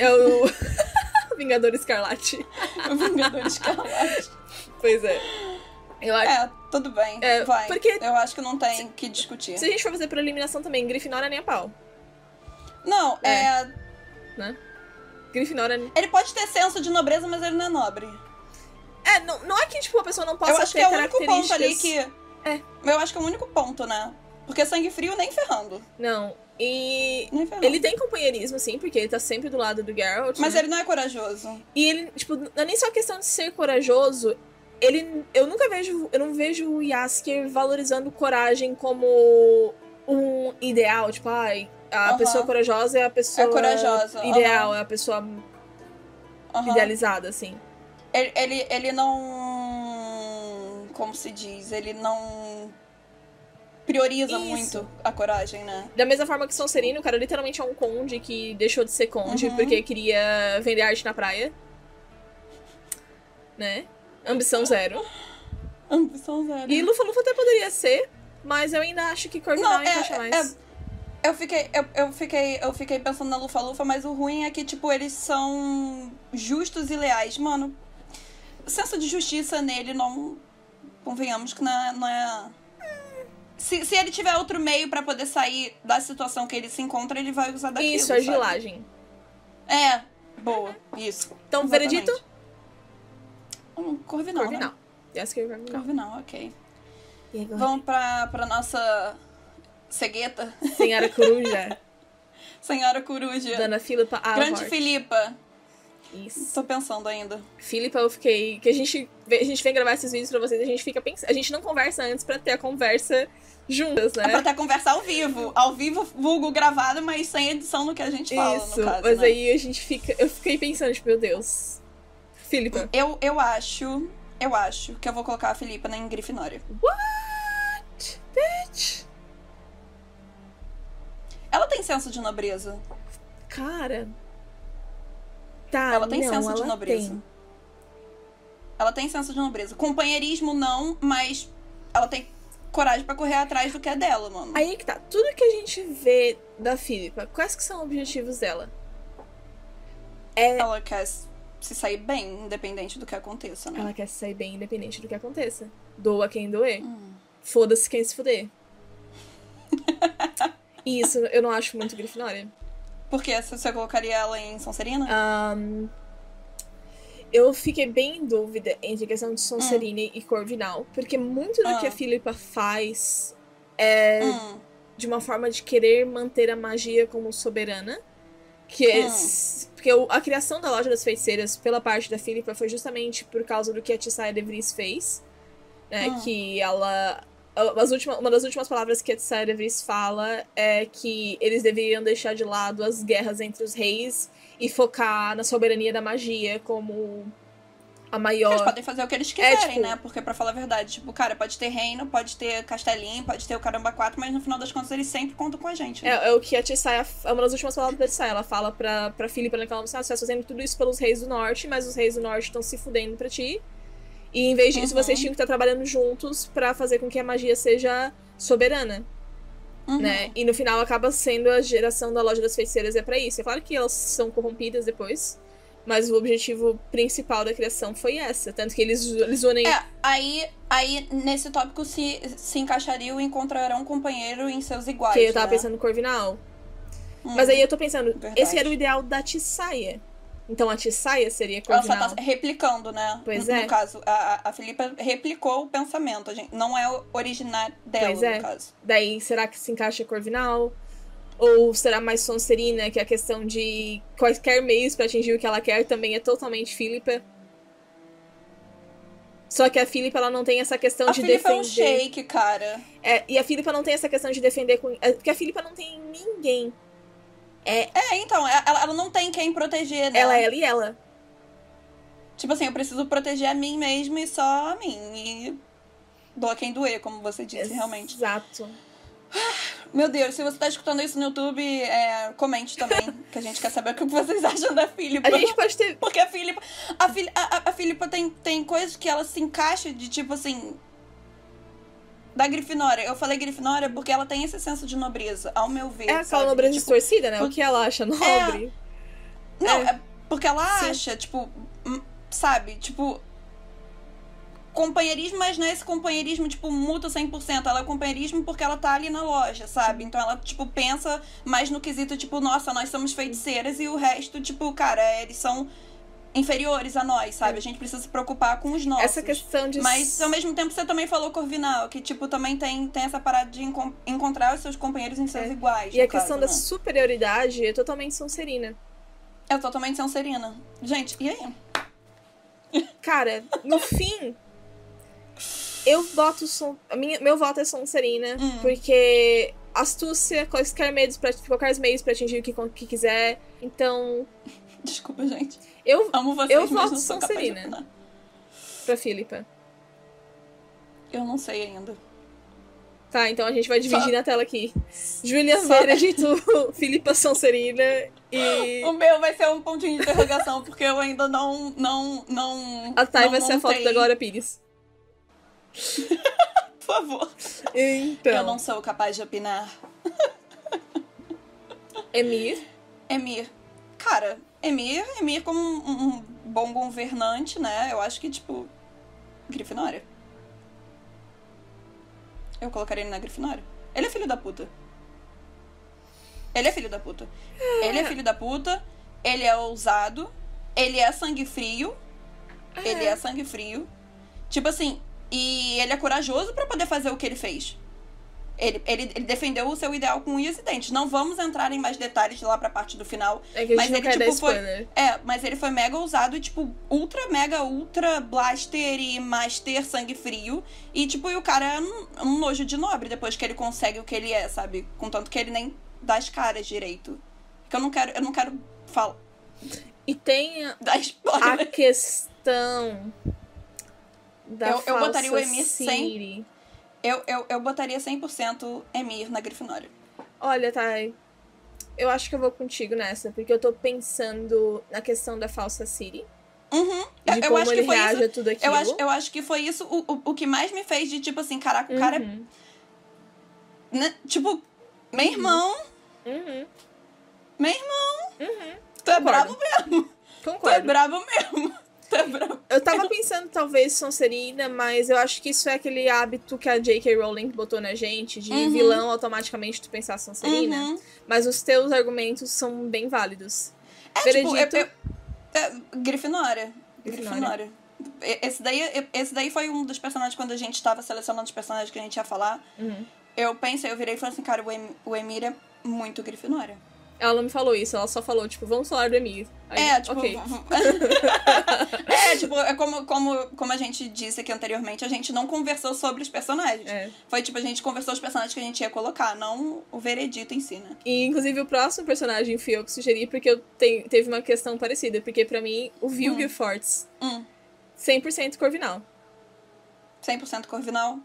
Speaker 2: É o. Vingador Escarlate.
Speaker 3: O Vingador Escarlate.
Speaker 2: Pois é. Eu acho.
Speaker 3: É, tudo bem.
Speaker 2: É,
Speaker 3: Vai.
Speaker 2: porque-
Speaker 3: Eu acho que não tem o que discutir.
Speaker 2: Se a gente for fazer por eliminação também, Grifinória nem a pau.
Speaker 3: Não, é.
Speaker 2: Grifinória.
Speaker 3: Ele pode ter senso de nobreza, mas ele não é nobre.
Speaker 2: É, não, não é que, tipo, a pessoa não possa
Speaker 3: eu acho
Speaker 2: ter
Speaker 3: que é o único
Speaker 2: características...
Speaker 3: ponto ali que. Eu acho que é o único ponto, né? Porque sangue frio nem ferrando.
Speaker 2: Não, e...
Speaker 3: Nem ferrando.
Speaker 2: Ele tem companheirismo, sim, porque ele tá sempre do lado do Geralt.
Speaker 3: Mas
Speaker 2: né?
Speaker 3: ele não é corajoso.
Speaker 2: E ele, tipo, não é nem só questão de ser corajoso. Ele... Eu nunca vejo... Eu não vejo o Yasker valorizando coragem como um ideal. Tipo, ai... A
Speaker 3: Aham.
Speaker 2: pessoa corajosa é a pessoa
Speaker 3: corajosa,
Speaker 2: ideal,
Speaker 3: aham.
Speaker 2: é a pessoa
Speaker 3: Aham.
Speaker 2: idealizada, assim.
Speaker 3: Ele, ele, ele não. Como se diz? Ele não. Prioriza
Speaker 2: Isso.
Speaker 3: muito a coragem, né?
Speaker 2: Da mesma forma que Sonserino, o cara literalmente é um conde que deixou de ser conde
Speaker 3: Uhum.
Speaker 2: porque queria vender arte na praia. Né? Ambição zero.
Speaker 3: Ambição zero.
Speaker 2: E Lufa Lufa até poderia ser, mas eu ainda acho que Corvinal
Speaker 3: Não, é,
Speaker 2: encaixa mais.
Speaker 3: é- eu fiquei, eu, eu fiquei, eu fiquei pensando na Lufa Lufa, mas o ruim é que tipo eles são justos e leais, mano. O senso de justiça nele não, convenhamos que não é, não é- Se, se ele tiver outro meio pra poder sair da situação que ele se encontra, ele vai usar daquilo.
Speaker 2: Isso,
Speaker 3: sabe?
Speaker 2: agilagem.
Speaker 3: É, boa, isso.
Speaker 2: Então,
Speaker 3: Exatamente.
Speaker 2: veredito?
Speaker 3: Hum, Corvinal, Corvinal.
Speaker 2: Corvinal.
Speaker 3: Né? Uhum.
Speaker 2: Yes, que é Corvinal.
Speaker 3: Corvinal, ok.
Speaker 2: E agora?
Speaker 3: Vamos pra, pra nossa cegueta,
Speaker 2: Senhora Coruja,
Speaker 3: senhora coruja.
Speaker 2: Dona Filipa Alvord.
Speaker 3: Grande Filipa.
Speaker 2: Isso.
Speaker 3: Tô pensando ainda.
Speaker 2: Filipa, eu fiquei... Que a gente, vê- a gente vem gravar esses vídeos pra vocês e a gente fica pensando... A gente não conversa antes pra ter a conversa juntas, né?
Speaker 3: É pra até conversar ao vivo. Ao vivo, vulgo gravado, mas sem edição no que a gente fala,
Speaker 2: Isso,
Speaker 3: no caso.
Speaker 2: mas
Speaker 3: né?
Speaker 2: aí a gente fica. Eu fiquei pensando, tipo, meu Deus. Filipa.
Speaker 3: Eu, eu acho, eu acho que eu vou colocar a Filipa na Grifinória.
Speaker 2: What? Bitch?
Speaker 3: Ela tem senso de nobreza.
Speaker 2: Cara. Tá,
Speaker 3: ela tem
Speaker 2: não,
Speaker 3: senso de
Speaker 2: ela
Speaker 3: nobreza.
Speaker 2: tem.
Speaker 3: Ela tem senso de nobreza. Companheirismo não, mas ela tem coragem pra correr atrás do que é dela, mano.
Speaker 2: Aí que tá. Tudo que a gente vê da Filipa, quais que são os objetivos dela? é
Speaker 3: Ela quer se sair bem, independente do que aconteça, né?
Speaker 2: Ela quer se sair bem independente do que aconteça. Doa quem doer.
Speaker 3: Hum.
Speaker 2: Foda-se quem se fuder. E isso eu não acho muito Grifinória. Ah,
Speaker 3: Porque se você colocaria ela em Sonserina?
Speaker 2: Ahn, eu fiquei bem em dúvida entre a questão de Sonserine e Corvinal, porque muito do
Speaker 3: Ah.
Speaker 2: que a Filipa faz é
Speaker 3: Hum,
Speaker 2: de uma forma de querer manter a magia como soberana. Que é
Speaker 3: Hum.
Speaker 2: s- porque o- a criação da loja das feiticeiras pela parte da Philippa foi justamente por causa do que a Tissaya de Vries fez. Né,
Speaker 3: Hum.
Speaker 2: Que ela. a- as última- uma das últimas palavras que a Tissaya de Vries fala é que eles deveriam deixar de lado as guerras entre os reis e focar na soberania da magia como a maior.
Speaker 3: eles podem fazer o que eles quiserem,
Speaker 2: é tipo-
Speaker 3: né? Porque, pra falar a verdade, tipo, cara, pode ter reino, pode ter castelinho, pode ter o caramba 4, mas no final das contas eles sempre contam com a gente. Né?
Speaker 2: É, é o que a Tessaya. É uma das últimas palavras da Tessaya. Ela fala pra, pra Filipa naquela música: ah, você tá fazendo tudo isso pelos reis do norte, mas os reis do norte estão se fudendo pra ti. E em vez disso,
Speaker 3: Uhum.
Speaker 2: vocês tinham que estar trabalhando juntos pra fazer com que a magia seja soberana,
Speaker 3: Uhum.
Speaker 2: né? E no final acaba sendo a geração da loja das feiticeiras é pra isso. É claro que elas são corrompidas depois. Mas o objetivo principal da criação foi essa. Tanto que eles, eles unem.
Speaker 3: É, aí, aí nesse tópico se, se encaixaria o encontrarão um companheiro em seus iguais.
Speaker 2: que eu tava
Speaker 3: né?
Speaker 2: pensando no Corvinal.
Speaker 3: Hum,
Speaker 2: Mas aí eu tô pensando,
Speaker 3: Verdade.
Speaker 2: esse era o ideal da Tissaia. Então a Tissaia seria
Speaker 3: Ela
Speaker 2: Corvinal.
Speaker 3: só tá replicando, né?
Speaker 2: Pois
Speaker 3: no,
Speaker 2: é.
Speaker 3: No caso, a, a- a Filipa replicou o pensamento. A gente, não é o original dela,
Speaker 2: Pois é.
Speaker 3: no caso.
Speaker 2: Daí, será que se encaixa Corvinal? Ou será mais Sonserina, que é a questão de quaisquer meios pra atingir o que ela quer também é totalmente Filipa? Só que a Filipa ela não tem essa questão
Speaker 3: A
Speaker 2: de
Speaker 3: Filipa é um
Speaker 2: defender.
Speaker 3: shake, cara.
Speaker 2: É, e a Filipa não tem essa questão de defender com. é, Porque a Filipa não tem ninguém.
Speaker 3: É, então, é- ela, ela não tem quem proteger, né?
Speaker 2: Ela, é- ela e ela.
Speaker 3: Tipo assim, eu preciso proteger a mim mesma e só a mim. E doa quem doer, como você disse, realmente.
Speaker 2: Exato.
Speaker 3: Meu Deus, se você tá escutando isso no YouTube, é, comente também, que a gente quer saber o que vocês acham da Filipa.
Speaker 2: A gente pode ter.
Speaker 3: Porque a Filipa. A, Fili- a, a- a Filipa tem, tem coisas que ela se encaixa de tipo assim. Da Grifinória. Eu falei Grifinória porque ela tem esse senso de nobreza, ao meu ver.
Speaker 2: É aquela
Speaker 3: sabe?
Speaker 2: nobreza
Speaker 3: Tipo, É,
Speaker 2: distorcida, né? O que ela acha nobre.
Speaker 3: Não,
Speaker 2: É.
Speaker 3: é porque ela
Speaker 2: Sim.
Speaker 3: acha, tipo, hum, sabe, tipo. Companheirismo, mas não é esse companheirismo, tipo, mútuo 100%. Ela é companheirismo porque ela tá ali na loja, sabe? Então ela, tipo, pensa mais no quesito, tipo, nossa, nós somos feiticeiras e o resto, tipo, cara, eles são inferiores a nós, sabe? A gente precisa se preocupar com os nossos.
Speaker 2: Essa questão de.
Speaker 3: Mas ao mesmo tempo você também falou, Corvinal, que, tipo, também tem, tem essa parada de encon- encontrar os seus companheiros em seus
Speaker 2: É.
Speaker 3: iguais.
Speaker 2: E a
Speaker 3: no
Speaker 2: questão da
Speaker 3: caso, né?
Speaker 2: superioridade é totalmente Sonserina.
Speaker 3: É totalmente Sonserina. Gente, e aí?
Speaker 2: Cara, no fim, eu voto som... a minha, meu voto é Sonserina,
Speaker 3: Hum.
Speaker 2: porque astúcia, quaisquer meios pra, tipo, qualquer meios pra atingir o que, que quiser. Então,
Speaker 3: Desculpa, gente.
Speaker 2: eu
Speaker 3: Amo vocês,
Speaker 2: Eu
Speaker 3: mas
Speaker 2: voto
Speaker 3: não sou capaz de
Speaker 2: Sonserina.
Speaker 3: opinar.
Speaker 2: pra Filipa.
Speaker 3: Eu não sei ainda.
Speaker 2: Tá, então a gente vai dividir
Speaker 3: Só-
Speaker 2: na tela aqui. Julia
Speaker 3: Só-
Speaker 2: Veredito, Filipa Sonserina e.
Speaker 3: O meu vai ser um pontinho de interrogação, porque eu ainda não. não, não
Speaker 2: A Thay
Speaker 3: não
Speaker 2: vai ser a foto
Speaker 3: montei.
Speaker 2: da Glória Pires.
Speaker 3: Por favor. Eu não
Speaker 2: Então,
Speaker 3: sou capaz de opinar.
Speaker 2: Emir.
Speaker 3: Emir. Cara, Emir, Emir como um, um- um bom governante, né? Eu acho que, tipo. Grifinória. Eu colocaria ele na Grifinória. Ele é filho da puta. Ele é filho da puta. Ele é filho da puta. Ele é ousado. Ele é sangue frio. Ele é sangue frio. Tipo assim, e ele é corajoso pra poder fazer o que ele fez. Ele, ele, ele defendeu o seu ideal com unhas e dentes. Não vamos entrar em mais detalhes lá pra parte do final.
Speaker 2: É que a gente
Speaker 3: Mas
Speaker 2: não
Speaker 3: ele,
Speaker 2: quer
Speaker 3: tipo,
Speaker 2: dar
Speaker 3: foi-
Speaker 2: spoiler.
Speaker 3: É, mas ele foi mega ousado e, tipo, ultra, mega, ultra blaster e master sangue frio. E, tipo, e o cara é um, um nojo de nobre depois que ele consegue o que ele é, sabe? Contanto que ele nem dá as caras direito. Que eu não quero, eu não quero falar.
Speaker 2: E tem
Speaker 3: Dar spoiler.
Speaker 2: a questão da
Speaker 3: Eu- eu botaria o
Speaker 2: falsa
Speaker 3: Emir sem.
Speaker 2: Siri.
Speaker 3: Eu, eu, eu botaria 100% Emir na Grifinória.
Speaker 2: Olha, Thay, eu acho que eu vou contigo nessa, porque eu tô pensando na questão da falsa Siri.
Speaker 3: Uhum.
Speaker 2: De
Speaker 3: Eu, eu
Speaker 2: como
Speaker 3: acho
Speaker 2: ele
Speaker 3: que foi
Speaker 2: reage
Speaker 3: isso.
Speaker 2: a tudo aquilo.
Speaker 3: Eu acho, eu acho que foi isso o, o, o que mais me fez de tipo assim, caraca, o cara.
Speaker 2: Uhum.
Speaker 3: é, né, tipo, meu irmão,
Speaker 2: Uhum.
Speaker 3: meu irmão. Tu é
Speaker 2: Concordo.
Speaker 3: brabo mesmo. Tu é
Speaker 2: Concordo.
Speaker 3: brabo mesmo. Tu é brabo.
Speaker 2: Eu tava pensando, talvez, Sonserina, mas eu acho que isso é aquele hábito que a J.K. Rowling botou na gente, de
Speaker 3: Uhum.
Speaker 2: vilão automaticamente tu pensar Sonserina.
Speaker 3: Uhum.
Speaker 2: Mas os teus argumentos são bem válidos.
Speaker 3: É, tipo,
Speaker 2: Veredito.
Speaker 3: eu, eu, é, Grifinória.
Speaker 2: Grifinória.
Speaker 3: Grifinória. E- Esse daí, esse daí foi um dos personagens, quando a gente tava selecionando os personagens que a gente ia falar.
Speaker 2: Uhum.
Speaker 3: Eu pensei, eu virei e falei assim, cara, o, em, o Emir é muito Grifinória.
Speaker 2: Ela não me falou isso, ela só falou, tipo, vamos falar do Emir. Aí,
Speaker 3: é, tipo.
Speaker 2: ok.
Speaker 3: é, tipo, é como, como, como a gente disse aqui anteriormente, a gente não conversou sobre os personagens.
Speaker 2: É.
Speaker 3: Foi tipo, a gente conversou os personagens que a gente ia colocar, não o veredito em si, né?
Speaker 2: E, inclusive, o próximo personagem fui eu que sugeri, porque eu te- teve uma questão parecida. Porque, pra mim, o
Speaker 3: É.
Speaker 2: Vilgefortz,
Speaker 3: Hum,
Speaker 2: 100% Corvinal,
Speaker 3: 100% Corvinal.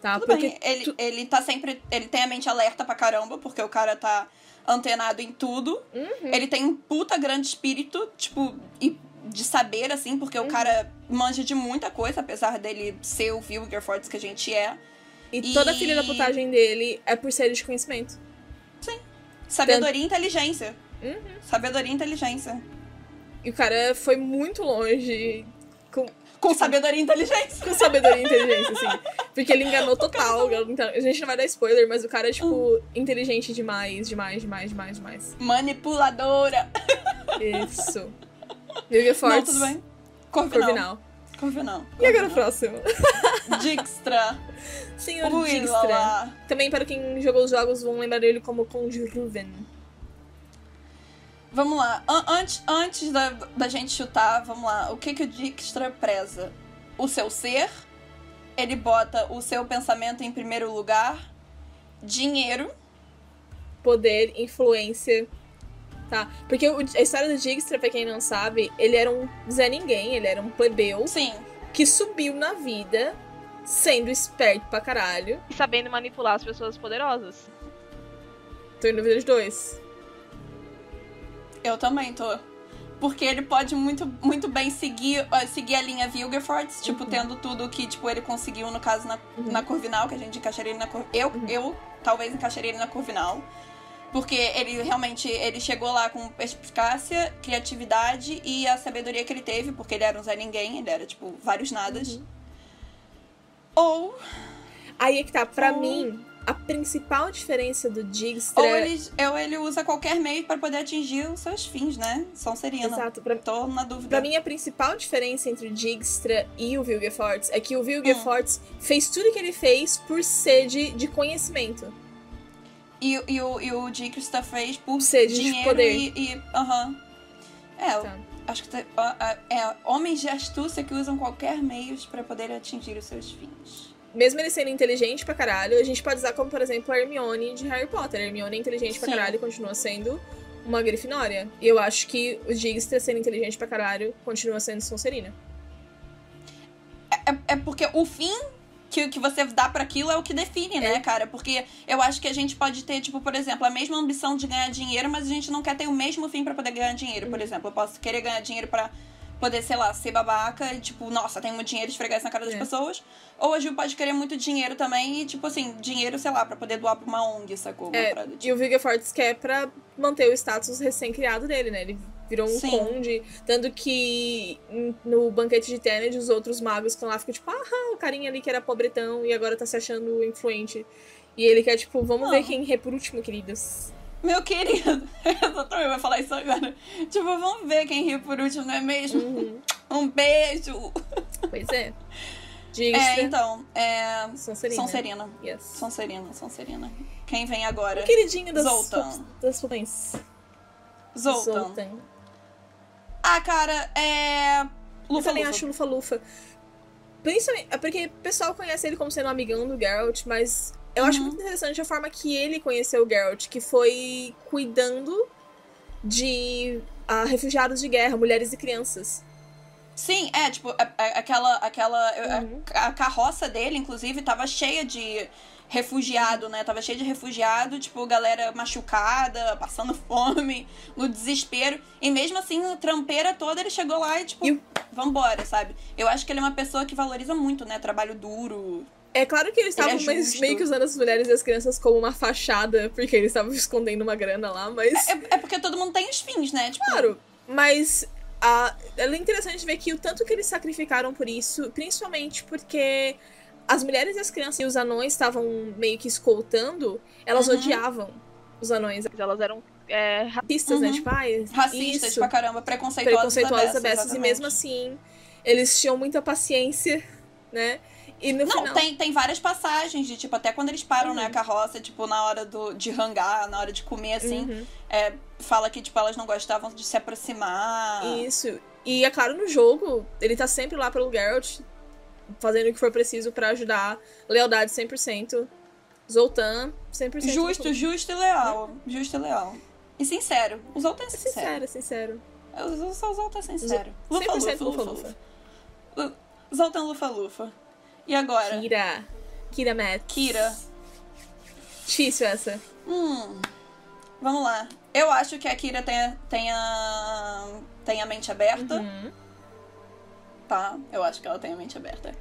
Speaker 2: tá?
Speaker 3: Tudo
Speaker 2: porque
Speaker 3: bem, ele, ele tá sempre. Ele tem a mente alerta pra caramba, porque o cara tá antenado em tudo.
Speaker 2: Uhum.
Speaker 3: Ele tem um puta grande espírito, tipo, e de saber, assim, porque
Speaker 2: Uhum.
Speaker 3: o cara manja de muita coisa, apesar dele ser o Vilgerfortz que a gente é.
Speaker 2: e toda a
Speaker 3: e-
Speaker 2: filha da putagem dele é por ser de conhecimento.
Speaker 3: Sabedoria e inteligência.
Speaker 2: Uhum.
Speaker 3: Sabedoria e inteligência.
Speaker 2: E o cara foi muito longe com,
Speaker 3: Com sabedoria e inteligência.
Speaker 2: com sabedoria e inteligência, assim. Porque ele enganou total. Então, A gente não vai dar spoiler, mas o cara é, tipo, inteligente demais, demais, demais, demais, demais.
Speaker 3: Manipuladora.
Speaker 2: Isso. Vilgefortz,
Speaker 3: Não, tudo bem. Corvinal. Corvinal.
Speaker 2: Corvinal.
Speaker 3: Corvinal.
Speaker 2: E agora o próximo?
Speaker 3: Dijkstra.
Speaker 2: Senhor Dijkstra.
Speaker 3: Willala.
Speaker 2: Também para quem jogou os jogos vão lembrar dele como Conde Ruven.
Speaker 3: Vamos lá, An- antes, antes da, da gente chutar, vamos lá. O que, que o Dijkstra preza? O seu ser, ele bota o seu pensamento em primeiro lugar, dinheiro,
Speaker 2: Poder, influência, tá? Porque o- a história do Dijkstra, pra quem não sabe, ele era um Zé Ninguém, ele era um plebeu
Speaker 3: sim,
Speaker 2: que subiu na vida sendo esperto pra caralho.
Speaker 4: E sabendo manipular as pessoas poderosas.
Speaker 2: Tô em dúvida de dois.
Speaker 3: eu também tô. Porque ele pode muito, muito bem seguir, ó, seguir a linha Vilgefortz,
Speaker 2: Uhum.
Speaker 3: tipo, tendo tudo que tipo, ele conseguiu, no caso, na, na Corvinal, que a gente encaixaria ele na Corvinal. Eu,
Speaker 2: Uhum.
Speaker 3: eu talvez encaixaria ele na Corvinal. Porque ele realmente ele chegou lá com perspicácia, criatividade e a sabedoria que ele teve, porque ele era um Zé Ninguém, ele era, tipo, vários nadas.
Speaker 2: Uhum.
Speaker 3: Ou,
Speaker 2: Aí é que tá, pra
Speaker 3: Ou-
Speaker 2: mim, a principal diferença do Dijkstra...
Speaker 3: ou, ele, ou ele usa qualquer meio para poder atingir os seus fins, né? Sonserina.
Speaker 2: Exato, pra,
Speaker 3: Tô na dúvida.
Speaker 2: Pra mim, a principal diferença entre o Dijkstra e o Vilgefortz é que o Vilgefortz
Speaker 3: Hum.
Speaker 2: fez tudo que ele fez por sede de conhecimento.
Speaker 3: E, e o, e o Dicksta fez por
Speaker 2: Sede de
Speaker 3: dinheiro
Speaker 2: poder.
Speaker 3: e. e- Aham. É, eu
Speaker 2: Tá.
Speaker 3: acho que tá- ah, ah, é homens de astúcia que usam qualquer meios pra poder atingir os seus fins.
Speaker 2: Mesmo ele sendo inteligente pra caralho, a gente pode usar como, por exemplo, a Hermione de Harry Potter. A Hermione é inteligente pra
Speaker 3: Sim.
Speaker 2: caralho e continua sendo uma grifinória. E eu acho que o Dijkstra sendo inteligente pra caralho continua sendo Sonserina.
Speaker 3: É, é- é porque o fim que, que você dá pra aquilo é o que define, né, cara? Porque eu acho que a gente pode ter, tipo, por exemplo, a mesma ambição de ganhar dinheiro, mas a gente não quer ter o mesmo fim pra poder ganhar dinheiro.
Speaker 2: Uhum.
Speaker 3: Por exemplo, eu posso querer ganhar dinheiro pra poder, sei lá, ser babaca e, tipo, nossa, tenho muito dinheiro, esfregar isso na cara das
Speaker 2: É.
Speaker 3: pessoas. Ou a Ju pode querer muito dinheiro também e, tipo assim, dinheiro, sei lá, pra poder doar pra uma ONG, sacou? Uma
Speaker 2: É,
Speaker 3: parada, tipo.
Speaker 2: E o Vigefortz quer pra manter o status recém-criado dele, né? Ele virou um
Speaker 3: Sim.
Speaker 2: conde. Tanto que em- no banquete de Tenet, os outros magos que estão lá ficam tipo, ah, o carinha ali que era pobretão e agora tá se achando influente. E ele quer, tipo, vamos
Speaker 3: Ah.
Speaker 2: ver quem é por último, queridos.
Speaker 3: Meu querido, eu também vou falar isso agora. Tipo, vamos ver quem riu por último, não é mesmo?
Speaker 2: Uhum.
Speaker 3: Um beijo!
Speaker 2: pois é. Diga
Speaker 3: É, então, é...
Speaker 2: Sonserina.
Speaker 3: Sonserina.
Speaker 2: Yes.
Speaker 3: Sonserina, Sonserina. Quem vem agora?
Speaker 2: O queridinho das
Speaker 3: Zoltan.
Speaker 2: fu- das fulpens.
Speaker 3: Zoltan. Ah, cara, é.
Speaker 2: Eu
Speaker 3: Lufa,
Speaker 2: também
Speaker 3: Lufa.
Speaker 2: acho Lufa-Lufa. Principalmente, é porque o pessoal conhece ele como sendo um amigão do Geralt, mas eu acho
Speaker 3: Uhum.
Speaker 2: muito interessante a forma que ele conheceu o Geralt, que foi cuidando de ah, refugiados de guerra, mulheres e crianças.
Speaker 3: Sim, é, tipo, a- a- aquela. aquela é, a-
Speaker 2: Uhum.
Speaker 3: a, carroça dele, inclusive, tava cheia de refugiado, né? Tava cheia de refugiado, tipo, galera machucada, passando fome, no desespero. E mesmo assim, a trampeira toda, ele chegou lá e, tipo,
Speaker 2: E o-
Speaker 3: vambora, sabe? Eu acho que ele é uma pessoa que valoriza muito, né? Trabalho duro.
Speaker 2: É claro que eles
Speaker 3: Ele é
Speaker 2: estavam mais-
Speaker 3: justo.
Speaker 2: meio que usando as mulheres e as crianças como uma fachada, porque eles estavam escondendo uma grana lá, mas.
Speaker 3: É, é porque todo mundo tem os fins, né? Tipo,
Speaker 2: Claro, mas a, é interessante ver que o tanto que eles sacrificaram por isso, principalmente porque as mulheres e as crianças e os anões estavam meio que escoltando, elas
Speaker 3: Uhum.
Speaker 2: odiavam os anões.
Speaker 4: Elas eram é, ra-
Speaker 2: Racistas, né?
Speaker 3: Uhum.
Speaker 2: Tipo, ai,
Speaker 3: Racistas
Speaker 2: isso,
Speaker 3: pra caramba, preconceituosas,
Speaker 2: preconceituosas,
Speaker 3: abessas,
Speaker 2: abessas, e
Speaker 3: exatamente.
Speaker 2: mesmo assim, eles tinham muita paciência, né? E no
Speaker 3: Não,
Speaker 2: final.
Speaker 3: tem, tem várias passagens de, tipo, até quando eles param
Speaker 2: Uhum.
Speaker 3: na carroça, tipo, na hora do, de rangar, na hora de comer, assim,
Speaker 2: Uhum.
Speaker 3: é, fala que, tipo, elas não gostavam de se aproximar.
Speaker 2: Isso. E é claro, no jogo, ele tá sempre lá pelo Geralt, fazendo o que for preciso pra ajudar. Lealdade 100%. Zoltan 100%.
Speaker 3: Justo, justo e leal. Justo e leal. E sincero. O Zoltan é
Speaker 2: É
Speaker 3: sincero.
Speaker 2: sincero, é sincero.
Speaker 3: Eu O Zoltan é sincero.
Speaker 2: 100%
Speaker 3: Lufa, lufa, lufa. lufa. Zoltan lufa, lufa. E agora?
Speaker 2: Kira. Kira Matt.
Speaker 3: Kira.
Speaker 2: Difícil essa.
Speaker 3: Hum. Vamos lá. Eu acho que a Kira tenha, tenha, tenha a mente aberta.
Speaker 2: Uhum.
Speaker 3: Tá, eu acho que ela tem a mente aberta.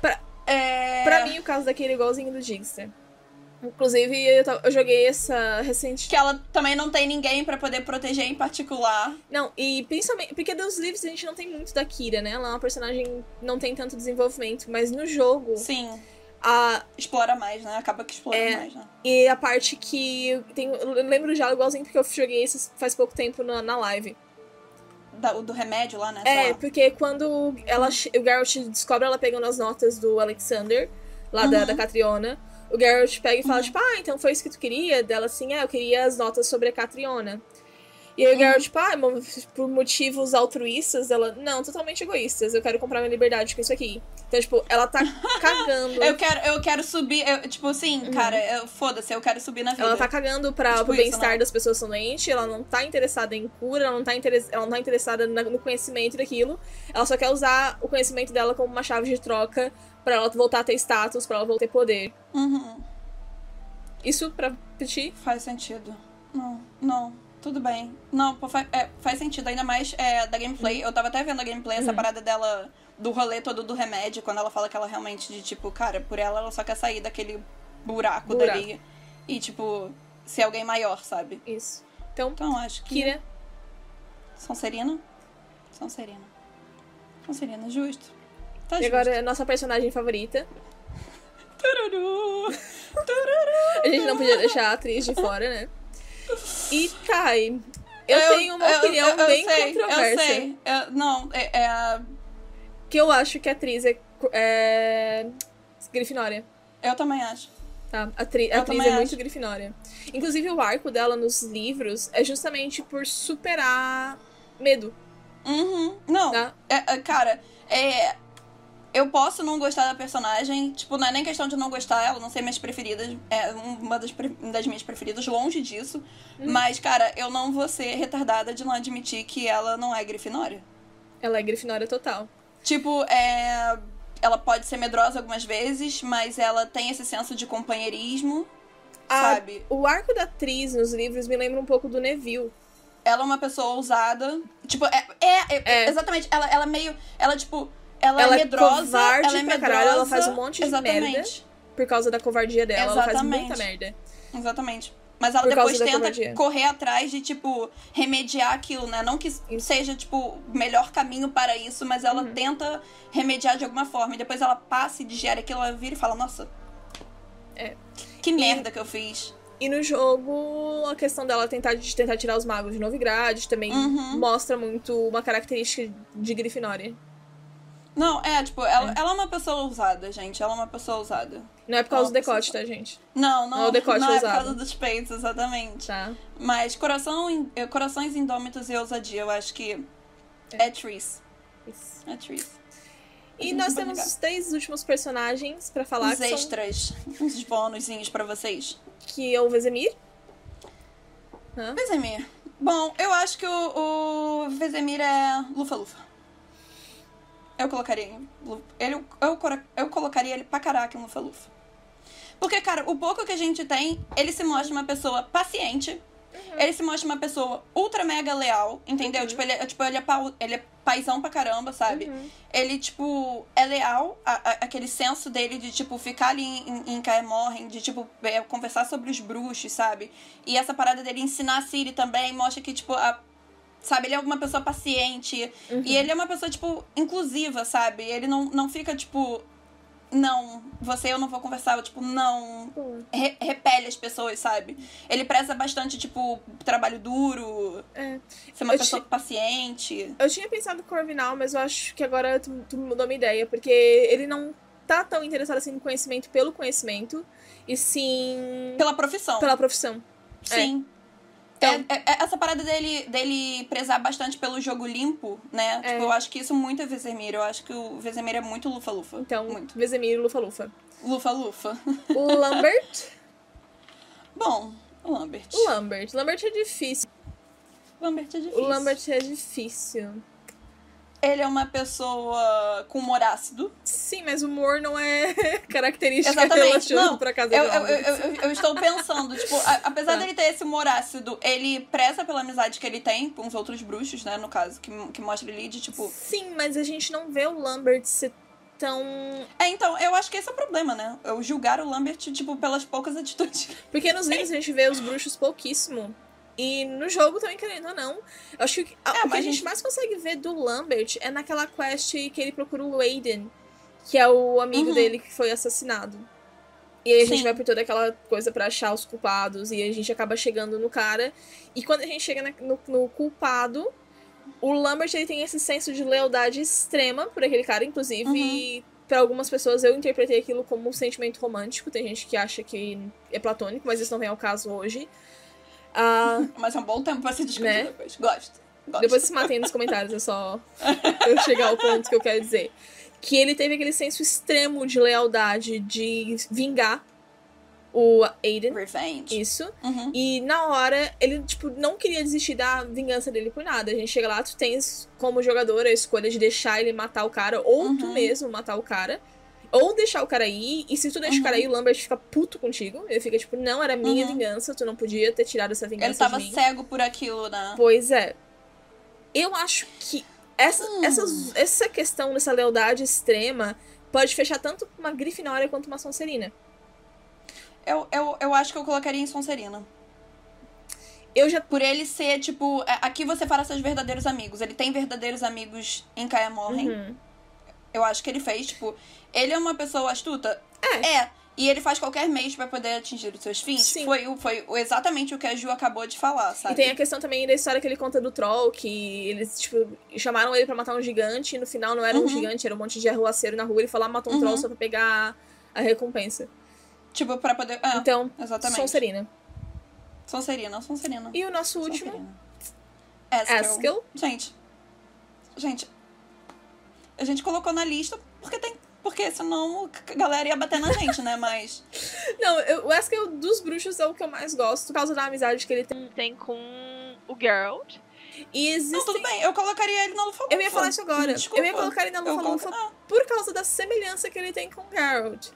Speaker 2: Pra-
Speaker 3: É...
Speaker 2: Pra mim, o caso daquele é igualzinho do Jigster. Inclusive, eu, ta- eu joguei essa recente.
Speaker 3: Que ela também não tem ninguém pra poder proteger em particular.
Speaker 2: Não, e principalmente. Porque dos livros a gente não tem muito da Kira, né? Ela é uma personagem não tem tanto desenvolvimento, mas no jogo,
Speaker 3: Sim,
Speaker 2: a,
Speaker 3: explora mais, né? Acaba que explora
Speaker 2: É.
Speaker 3: mais, né?
Speaker 2: e a parte que. Tem, eu lembro já igualzinho porque eu joguei isso faz pouco tempo na, na live.
Speaker 3: Da- o do remédio lá, né? Sei
Speaker 2: É,
Speaker 3: lá.
Speaker 2: porque quando ela, che- o Geralt descobre ela pegando as notas do Alexander, lá da,
Speaker 3: Uhum.
Speaker 2: da Catriona, o Geralt pega e fala,
Speaker 3: Uhum.
Speaker 2: tipo, ah, então foi isso que tu queria? Dela assim, é, eu queria as notas sobre a Catriona. E aí
Speaker 3: Uhum.
Speaker 2: o Geralt, tipo, ah, mo- por motivos altruístas, ela, não, totalmente egoístas, eu quero comprar minha liberdade com isso aqui. Então, tipo, ela tá cagando.
Speaker 3: Eu quero, eu quero subir, eu- tipo assim, cara, eu- foda-se, eu quero subir na vida.
Speaker 2: Uhum. Ela tá cagando pra,
Speaker 3: Tipo
Speaker 2: pro
Speaker 3: isso,
Speaker 2: bem-estar
Speaker 3: né?
Speaker 2: das pessoas que são doentes, ela não tá interessada em cura, ela não tá, interes- ela não tá interessada na- no conhecimento daquilo. Ela só quer usar o conhecimento dela como uma chave de troca pra ela voltar a ter status, pra ela voltar a ter poder.
Speaker 3: Uhum.
Speaker 2: Isso pra Petit?
Speaker 3: Faz sentido. Não, não. Tudo bem. Não, pô, fa- é, faz sentido. Ainda mais é, da gameplay. Eu tava até vendo a gameplay,
Speaker 2: Uhum.
Speaker 3: essa parada dela, do rolê todo do remédio, quando ela fala que ela realmente, de tipo, cara, por ela, ela só quer sair daquele buraco,
Speaker 2: Buraco.
Speaker 3: dali. E, tipo, ser alguém maior, sabe?
Speaker 2: Isso. Então,
Speaker 3: Então, acho que.
Speaker 2: Kira,
Speaker 3: Sonserina? Sonserina. Sonserina, justo. Tá
Speaker 2: e
Speaker 3: justo.
Speaker 2: agora é a nossa personagem favorita.
Speaker 3: Tururu!
Speaker 2: A gente não podia deixar a atriz de fora, né? E Thay. Eu, tenho uma
Speaker 3: eu-
Speaker 2: opinião
Speaker 3: eu- eu
Speaker 2: bem
Speaker 3: sei,
Speaker 2: controversa.
Speaker 3: Eu sei. Eu- não, é- é,
Speaker 2: Que eu acho que a atriz é. é... Grifinória.
Speaker 3: eu também acho.
Speaker 2: Tá? A, atri- a
Speaker 3: Eu
Speaker 2: atriz é
Speaker 3: também
Speaker 2: muito
Speaker 3: acho.
Speaker 2: grifinória. Inclusive, o arco dela nos livros é justamente por superar medo,
Speaker 3: Uhum. Não,
Speaker 2: tá?
Speaker 3: é- é, cara, é. Eu posso não gostar da personagem, tipo, não é nem questão de não gostar, ela não ser minhas preferidas, é uma das, pre- das minhas preferidas, longe disso. Mas, cara, eu não vou ser retardada de não admitir que ela não é grifinória.
Speaker 2: Ela é grifinória total.
Speaker 3: Tipo, é. Ela pode ser medrosa algumas vezes, mas ela tem esse senso de companheirismo,
Speaker 2: A-
Speaker 3: sabe?
Speaker 2: o arco da atriz nos livros me lembra um pouco do Neville.
Speaker 3: Ela é uma pessoa ousada. Tipo, é. é, é-
Speaker 2: É.
Speaker 3: Exatamente. Ela, ela meio. Ela, tipo. Ela,
Speaker 2: Ela é
Speaker 3: é medrosa.
Speaker 2: covarde
Speaker 3: ela é
Speaker 2: pra
Speaker 3: medrosa.
Speaker 2: caralho, ela faz um monte de
Speaker 3: exatamente,
Speaker 2: merda. Por causa da covardia dela, ela faz
Speaker 3: Exatamente.
Speaker 2: muita merda.
Speaker 3: Exatamente. Mas ela
Speaker 2: Por causa
Speaker 3: depois
Speaker 2: da
Speaker 3: tenta
Speaker 2: covardia.
Speaker 3: correr atrás de, tipo, remediar aquilo, né? Não que seja, tipo, o melhor caminho para isso, mas ela
Speaker 2: Uhum.
Speaker 3: tenta remediar de alguma forma. E depois ela passa e digere aquilo, ela vira e fala, nossa.
Speaker 2: É.
Speaker 3: Que merda que eu fiz.
Speaker 2: E no jogo, a questão dela tentar, de tentar tirar os magos de Novigrad também
Speaker 3: Uhum.
Speaker 2: mostra muito uma característica de Grifinória.
Speaker 3: Não, é, tipo, ela é. ela é uma pessoa ousada, gente. Ela é uma pessoa ousada.
Speaker 2: Não é por causa
Speaker 3: Ela
Speaker 2: do decote,
Speaker 3: precisa-
Speaker 2: tá, gente?
Speaker 3: Não, não,
Speaker 2: Não, o decote
Speaker 3: não
Speaker 2: é
Speaker 3: é por
Speaker 2: ousado.
Speaker 3: causa dos peitos, exatamente.
Speaker 2: Tá.
Speaker 3: Mas coração, in- eh, corações indômitos e ousadia, eu acho que é Tris.
Speaker 2: Isso.
Speaker 3: É Tris.
Speaker 2: E
Speaker 3: Não
Speaker 2: nós
Speaker 3: vou
Speaker 2: temos
Speaker 3: negar.
Speaker 2: os três últimos personagens pra falar,
Speaker 3: Uns
Speaker 2: que, são,
Speaker 3: extras, uns bônusinhos pra vocês.
Speaker 2: que é o Vezemir.
Speaker 3: Vezemir. Bom, eu acho que o, o Vezemir é lufa-lufa. Eu colocaria em lu- ele, eu, coro- eu colocaria ele pra caraca em lufa-lufa. Porque, cara, o pouco que a gente tem, ele se mostra uma pessoa paciente. Ele se mostra uma pessoa ultra mega leal, entendeu? Tipo, ele, é- tipo, ele é pau, ele é paizão pra caramba, sabe? Ele, tipo, é leal, a- a- aquele senso dele de, tipo, ficar ali em, em Caemorren, de, tipo, é, conversar sobre os bruxos, sabe? E essa parada dele ensinar a Ciri também mostra que, tipo, a- sabe, ele é uma pessoa
Speaker 2: Uhum.
Speaker 3: paciente. E ele é uma pessoa, tipo, inclusiva, sabe? Ele não, não fica, tipo, não, você eu não vou conversar, tipo, não.
Speaker 2: Pô,
Speaker 3: Re- repele as pessoas, sabe? Ele preza bastante, tipo, trabalho duro,
Speaker 2: é.
Speaker 3: ser uma
Speaker 2: Eu
Speaker 3: pessoa paciente.
Speaker 2: Eu tinha pensado em Corvinal, mas eu acho que agora tu, tu mudou minha ideia, porque ele não tá tão interessado assim no conhecimento pelo conhecimento, e sim
Speaker 3: Pela profissão.
Speaker 2: pela profissão. é.
Speaker 3: Sim.
Speaker 2: Então-
Speaker 3: É- é- é essa parada dele, dele prezar bastante pelo jogo limpo, né?
Speaker 2: É.
Speaker 3: Tipo, eu acho que isso muito é Vezemir. Eu acho que o Vezemir é muito lufa-lufa.
Speaker 2: Então,
Speaker 3: Muito.
Speaker 2: Vezemir Lufa-Lufa.
Speaker 3: Lufa-lufa.
Speaker 2: O Lambert?
Speaker 3: Bom, o Lambert.
Speaker 2: o Lambert. Lambert é difícil.
Speaker 3: O Lambert é difícil.
Speaker 2: O Lambert é difícil.
Speaker 3: Ele é uma pessoa com humor ácido.
Speaker 2: Sim, mas o humor não é característica
Speaker 3: Exatamente.
Speaker 2: relacionando
Speaker 3: Não,
Speaker 2: pra casa
Speaker 3: eu,
Speaker 2: do
Speaker 3: eu,
Speaker 2: Lambert.
Speaker 3: eu, eu- eu estou pensando, tipo, a- apesar
Speaker 2: Tá.
Speaker 3: dele ter esse humor ácido, ele preza pela amizade que ele tem com os outros bruxos, né? No caso, que, que mostra ele de, tipo.
Speaker 2: Sim, mas a gente não vê o Lambert ser tão.
Speaker 3: É, então, eu acho que esse é o problema, né? Eu julgar o Lambert, tipo, pelas poucas atitudes.
Speaker 2: Porque nos livros a gente vê os bruxos pouquíssimo. E no jogo também, querendo ou não. Eu acho que a-
Speaker 3: É,
Speaker 2: o que a
Speaker 3: mas
Speaker 2: gente
Speaker 3: a-
Speaker 2: mais consegue ver do Lambert é naquela quest que ele procura o Aiden, que é o amigo
Speaker 3: Uhum.
Speaker 2: dele que foi assassinado. E aí a gente
Speaker 3: Sim.
Speaker 2: vai por toda aquela coisa pra achar os culpados. E a gente acaba chegando no cara. E quando a gente chega na- no, no culpado, o Lambert ele tem esse senso de lealdade extrema por aquele cara, inclusive.
Speaker 3: Uhum.
Speaker 2: E pra algumas pessoas eu interpretei aquilo como um sentimento romântico. Tem gente que acha que é platônico, mas isso não vem ao caso hoje. Ah,
Speaker 3: Mas é um bom tempo pra se discutir
Speaker 2: Né?
Speaker 3: depois. Gosto. Gosto.
Speaker 2: depois se matem nos comentários, é só eu chegar ao ponto que eu quero dizer. Que ele teve aquele senso extremo de lealdade, de vingar o Aiden.
Speaker 3: Revenge.
Speaker 2: Isso.
Speaker 3: Uhum.
Speaker 2: E na hora, ele, tipo, não queria desistir da vingança dele por nada. A gente chega lá, tu tens como jogador a escolha de deixar ele matar o cara, ou tu
Speaker 3: Uhum.
Speaker 2: mesmo matar o cara, ou deixar o cara ir. E se tu deixa o cara
Speaker 3: Uhum.
Speaker 2: ir, o Lambert fica puto contigo. Ele fica tipo, não, era minha
Speaker 3: Uhum.
Speaker 2: vingança, tu não podia ter tirado essa vingança
Speaker 3: Ele tava
Speaker 2: de mim.
Speaker 3: cego por aquilo, né?
Speaker 2: Pois é. Eu acho que essa,
Speaker 3: Hum.
Speaker 2: essas- essa questão dessa lealdade extrema pode fechar tanto uma Grifinória quanto uma Sonserina.
Speaker 3: Eu, eu, eu acho que eu colocaria em Sonserina.
Speaker 2: Eu já
Speaker 3: Por ele ser, tipo, a- aqui você fala seus verdadeiros amigos. Ele tem verdadeiros amigos em Caia Morren.
Speaker 2: Uhum.
Speaker 3: Eu acho que ele fez, tipo, ele é uma pessoa astuta?
Speaker 2: É.
Speaker 3: E ele faz qualquer meio pra poder atingir os seus fins.
Speaker 2: Sim.
Speaker 3: Foi, o- foi o- exatamente o que a Ju acabou de falar, sabe?
Speaker 2: E tem a questão também da história que ele conta do Troll, que eles, tipo, chamaram ele pra matar um gigante e no final não era um
Speaker 3: Uhum.
Speaker 2: gigante, era um monte de arruaceiro na rua. Ele foi lá, matou um
Speaker 3: Uhum.
Speaker 2: Troll só pra pegar a recompensa.
Speaker 3: Tipo, pra poder. Ah,
Speaker 2: Então,
Speaker 3: exatamente.
Speaker 2: Sonserina.
Speaker 3: Sonserina, Sonserina.
Speaker 2: E o nosso último,
Speaker 3: Sonserina. Askel.
Speaker 2: Askel.
Speaker 3: Gente. Gente. A gente colocou na lista porque tem. Porque senão a galera ia bater na gente, né? Mas.
Speaker 2: Não, eu, o Askel dos bruxos é o que eu mais gosto, por causa da amizade que ele tem.
Speaker 4: Tem com o Geralt.
Speaker 2: E existe.
Speaker 3: Não, tudo bem, eu colocaria ele na Lufa
Speaker 2: Eu ia falar isso agora.
Speaker 3: Desculpa.
Speaker 2: Eu ia colocar ele na
Speaker 3: Eu
Speaker 2: Lufa-Lufa
Speaker 3: coloco-
Speaker 2: por causa da semelhança que ele tem com o Geralt.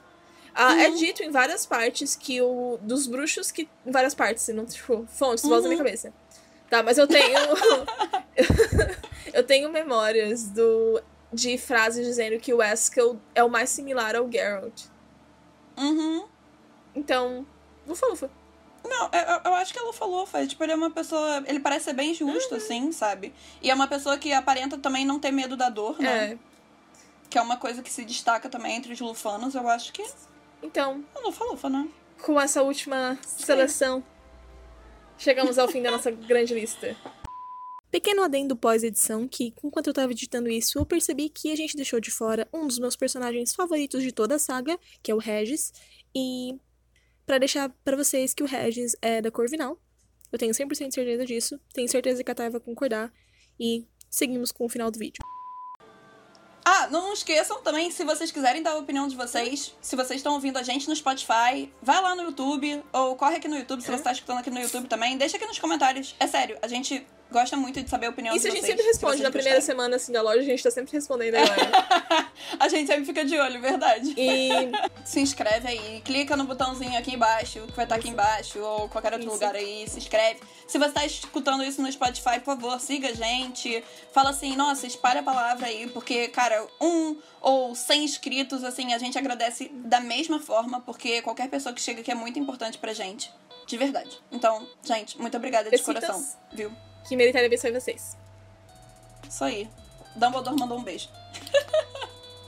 Speaker 2: Ah,
Speaker 3: Uhum.
Speaker 2: É dito em várias partes que o. Dos bruxos que. Em várias partes, se não, tipo, fontes, voz
Speaker 3: Uhum.
Speaker 2: na minha cabeça. Tá, mas eu tenho. eu tenho memórias do. De frases dizendo que o Eskel é o mais similar ao Geralt.
Speaker 3: Ah, uhum.
Speaker 2: Então, lufa lufa.
Speaker 3: Não, eu- eu, eu acho que ela falou, foi, tipo, ele é uma pessoa, ele parece ser bem
Speaker 2: Uhum.
Speaker 3: justo, assim, sabe? E é uma pessoa que aparenta também não ter medo da dor, né?
Speaker 2: É.
Speaker 3: Que é uma coisa que se destaca também entre os lufanos, eu acho que é
Speaker 2: Então,
Speaker 3: um lufa-lufa, né?
Speaker 2: com essa última seleção, chegamos ao fim da nossa grande lista. Pequeno adendo pós-edição que, enquanto eu tava editando isso, eu percebi que a gente deixou de fora um dos meus personagens favoritos de toda a saga, que é o Regis, e pra deixar pra vocês que o Regis é da Corvinal, eu tenho 100% de certeza disso, tenho certeza que a Thay vai concordar, e seguimos com o final do vídeo.
Speaker 3: Ah, não esqueçam também, se vocês quiserem dar a opinião de vocês, se vocês estão ouvindo a gente no Spotify, vai lá no YouTube, ou corre aqui no YouTube,
Speaker 2: É.
Speaker 3: se você tá escutando aqui no YouTube também, deixa aqui nos comentários. É sério, a gente gosta muito de saber a opinião
Speaker 2: Isso a
Speaker 3: de
Speaker 2: gente
Speaker 3: vocês.
Speaker 2: sempre
Speaker 3: se
Speaker 2: responde,
Speaker 3: vocês
Speaker 2: na primeira
Speaker 3: gostarem.
Speaker 2: semana assim da loja, a gente tá sempre respondendo agora.
Speaker 3: A gente sempre fica de olho, verdade.
Speaker 2: E
Speaker 3: Se inscreve aí, clica no botãozinho aqui embaixo, que vai estar aqui embaixo, ou qualquer outro
Speaker 2: Isso.
Speaker 3: lugar aí, se inscreve. Se você está escutando isso no Spotify, por favor, siga a gente. Fala assim, nossa, espalha a palavra aí, porque, cara, um ou cem inscritos, assim, a gente agradece da mesma forma, porque qualquer pessoa que chega aqui é muito importante pra gente. De verdade. Então, gente, muito obrigada de
Speaker 2: Besitos.
Speaker 3: coração, viu?
Speaker 2: que meritaria abençoe vocês.
Speaker 3: Isso aí. Dumbledore mandou um beijo.